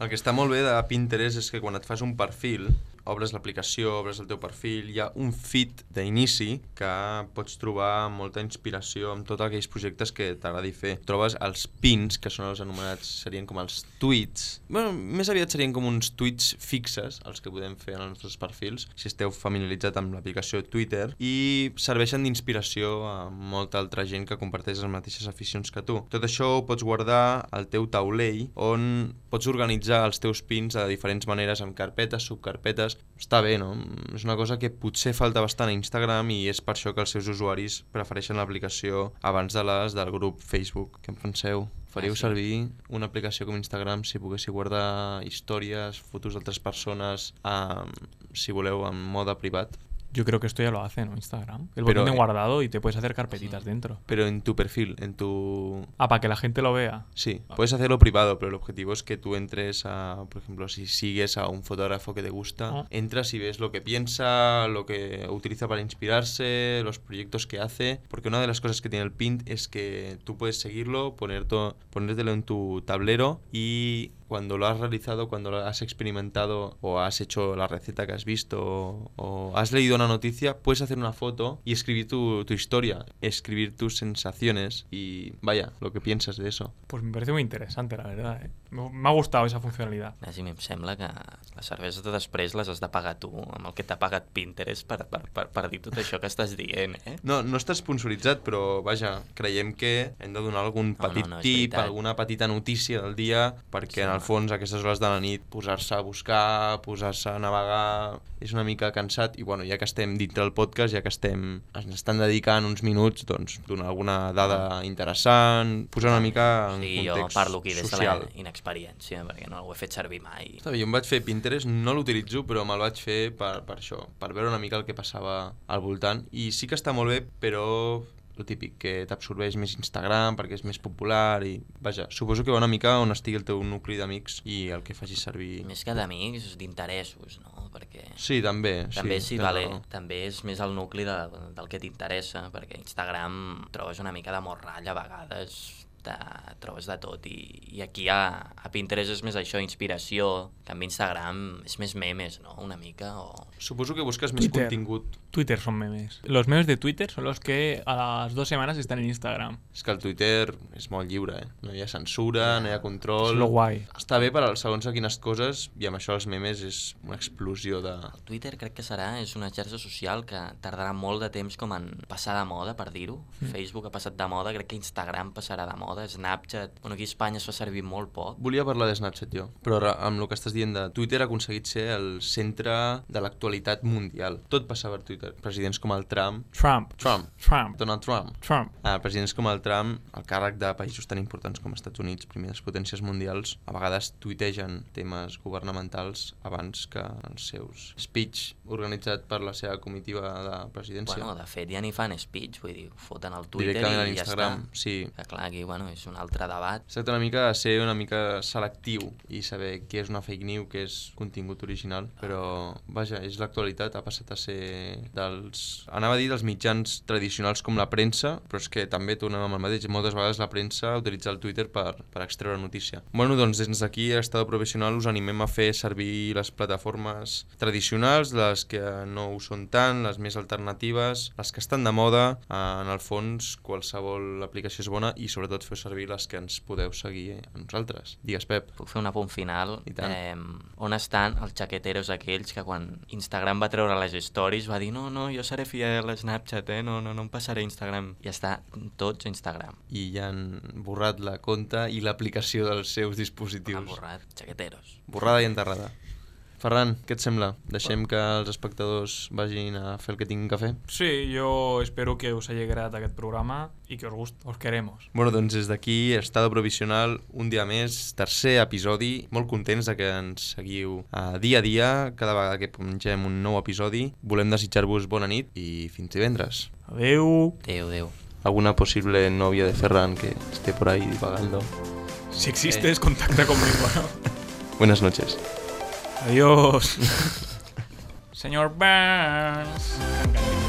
El que està molt bé de Pinterest és que quan et fas un perfil, obres l'aplicació, obres el teu perfil, hi ha un feed d'inici que pots trobar molta inspiració amb tots aquells projectes que t'agradi fer. Trobes els pins, que són els anomenats, serien com els tweets. bueno, més aviat serien com uns tweets fixes, els que podem fer en els nostres perfils, si esteu familiaritzat amb l'aplicació Twitter, i serveixen d'inspiració a molta altra gent que comparteix les mateixes aficions que tu. Tot això ho pots guardar al teu taulell, on pots organitzar els teus pins de diferents maneres, amb carpetes, subcarpetes... Està bé, no? És una cosa que potser falta bastant a Instagram i és per això que els seus usuaris prefereixen l'aplicació abans de les del grup Facebook. Què en penseu? Faríeu
Ah, sí.
servir una aplicació com Instagram si poguéssiu guardar històries, fotos d'altres persones, eh, si voleu, en mode privat?
Yo creo que esto ya lo hace, ¿no? Instagram. El
Pero,
botón de
eh,
guardado y te puedes hacer carpetitas dentro.
Pero en tu perfil, en tu...
Ah, para que la gente lo vea.
Sí, puedes hacerlo privado, pero el objetivo es que tú entres a, por ejemplo, si sigues a un fotógrafo que te gusta,
Ah.
entras y ves lo que piensa, lo que utiliza para inspirarse, los proyectos que hace, porque una de las cosas que tiene el Pint es que tú puedes seguirlo, poner to- ponértelo en tu tablero y cuando lo has realizado, cuando lo has experimentado o has hecho la receta que has visto o, o has leído una noticia, puedes hacer una foto y escribir tu, tu historia, escribir tus sensaciones y vaya, lo que piensas de eso.
Pues me parece muy interesante, la verdad. ¿eh? Me me ha gustado esa funcionalidad.
Nasi, em sembla que les cerveses de després les has de pagar tu, amb el que t'ha pagat Pinterest per, per, per, per dir tot això que estàs dient, eh?
No, no està sponsoritzat, però vaja, creiem que hem de donar algun
no,
petit
no, és
tip,
veritat.
alguna petita notícia del dia, perquè
Sí,
en el
home.
fons a aquestes hores de la nit posar-se a buscar, posar-se a navegar, és una mica cansat, i bueno, ja que estem dintre del podcast, ja que estem, ens estan dedicant uns minuts, doncs donar alguna dada interessant, posar una mica en
Sí, jo
context
parlo aquí des
social.
de la inexperiència, perquè no ho he fet servir mai.
Està bé, jo em vaig fer Pinterest, no l'utilitzo, però me'l vaig fer per, per això, per veure una mica el que passava al voltant. I sí que està molt bé, però el típic, que t'absorbeix més Instagram perquè és més popular i... Vaja, suposo que va una mica on estigui el teu nucli d'amics i el que facis servir...
Més que d'amics, d'interessos, no? Perquè
Sí, també.
també, sí,
sí, té
vale,
raó.
també és més el nucli de, del que t'interessa, perquè a Instagram trobes una mica de morralla a vegades, te trobes de tot, i, i aquí a, a Pinterest és més això, inspiració, en canvi Instagram és més memes, no?, una mica, o...
Suposo que busques més
Twitter.
contingut.
Twitter son memes. Los memes de Twitter son los que a las dos semanas están en Instagram.
És que el Twitter és molt lliure, eh? No hi ha censura, no hi ha
Es
control...
lo guay.
Està bé per al segons a quines coses i amb això els memes és una explosió de,
El Twitter crec que serà, és una xarxa social que tardarà molt de temps com en passar de moda, per dir-ho.
Mm.
Facebook ha passat de moda, crec que Instagram passarà de moda, Snapchat... Bueno, aquí a Espanya es fa servir molt poc.
Volia parlar de Snapchat jo, però ara, amb el que estàs dient de Twitter ha aconseguit ser el centre de l'actualitat mundial. Tot passa per Twitter. Presidents com el Trump,
Trump.
Trump,
Trump.
Donald Trump,
Trump.
a presidents com el Trump, al càrrec de països tan importants com Estats Units, primeres potències mundials, a vegades tuitegen temes governamentals abans que els seus speech organitzat per la seva comitiva de presidència.
Bueno, de fet, ja ni fan speech, vull dir, ho foten al Twitter
directament a
i ja està.
l'Instagram, sí.
Que clar, aquí, bueno, és un altre debat.
Es tracta una mica de ser una mica selectiu i saber què és una fake news, què és contingut original, però, vaja, és l'actualitat, ha passat a ser dels... Anava a dir dels mitjans tradicionals com la premsa, però és que també tornem amb el mateix. Moltes vegades la premsa utilitza el Twitter per, per extreure notícia. Bueno, doncs des d'aquí, a Estado Professional, us animem a fer servir les plataformes tradicionals, les que no ho són tant, les més alternatives, les que estan de moda, eh, en el fons qualsevol aplicació és bona i sobretot feu servir les que ens podeu seguir a nosaltres. Digues, Pep.
Puc fer un apunt final?
I tant.
Eh, on estan els jaqueteros aquells que quan Instagram va treure les stories va dir no, no, jo seré fiel a Snapchat, eh? No, no, no em passaré a Instagram. I està tots a Instagram.
I ja han borrat la conta i l'aplicació dels seus
Han Ah,
dispositius.
borrat, jaqueteros.
Borrada i enterrada. Ferran, què et sembla? Deixem que els espectadors vagin a fer el que tinguin que fer?
Sí, yo espero que os haya agradado aquest programa y que os guste. Os queremos.
Bueno, doncs des d'aquí, Estado Provisional, un dia més, tercer episodi. Molt contents de que ens seguiu eh, dia a dia, cada vegada que pongem un nou episodi. Volem desitjar-vos bona nit i fins divendres.
Adeu.
Déu, Déu.
Alguna possible novia de Ferran que esté por ahí divagando.
Si existes, contacta conmigo. ¿no?
Buenas noches.
Adiós. Señor Burns.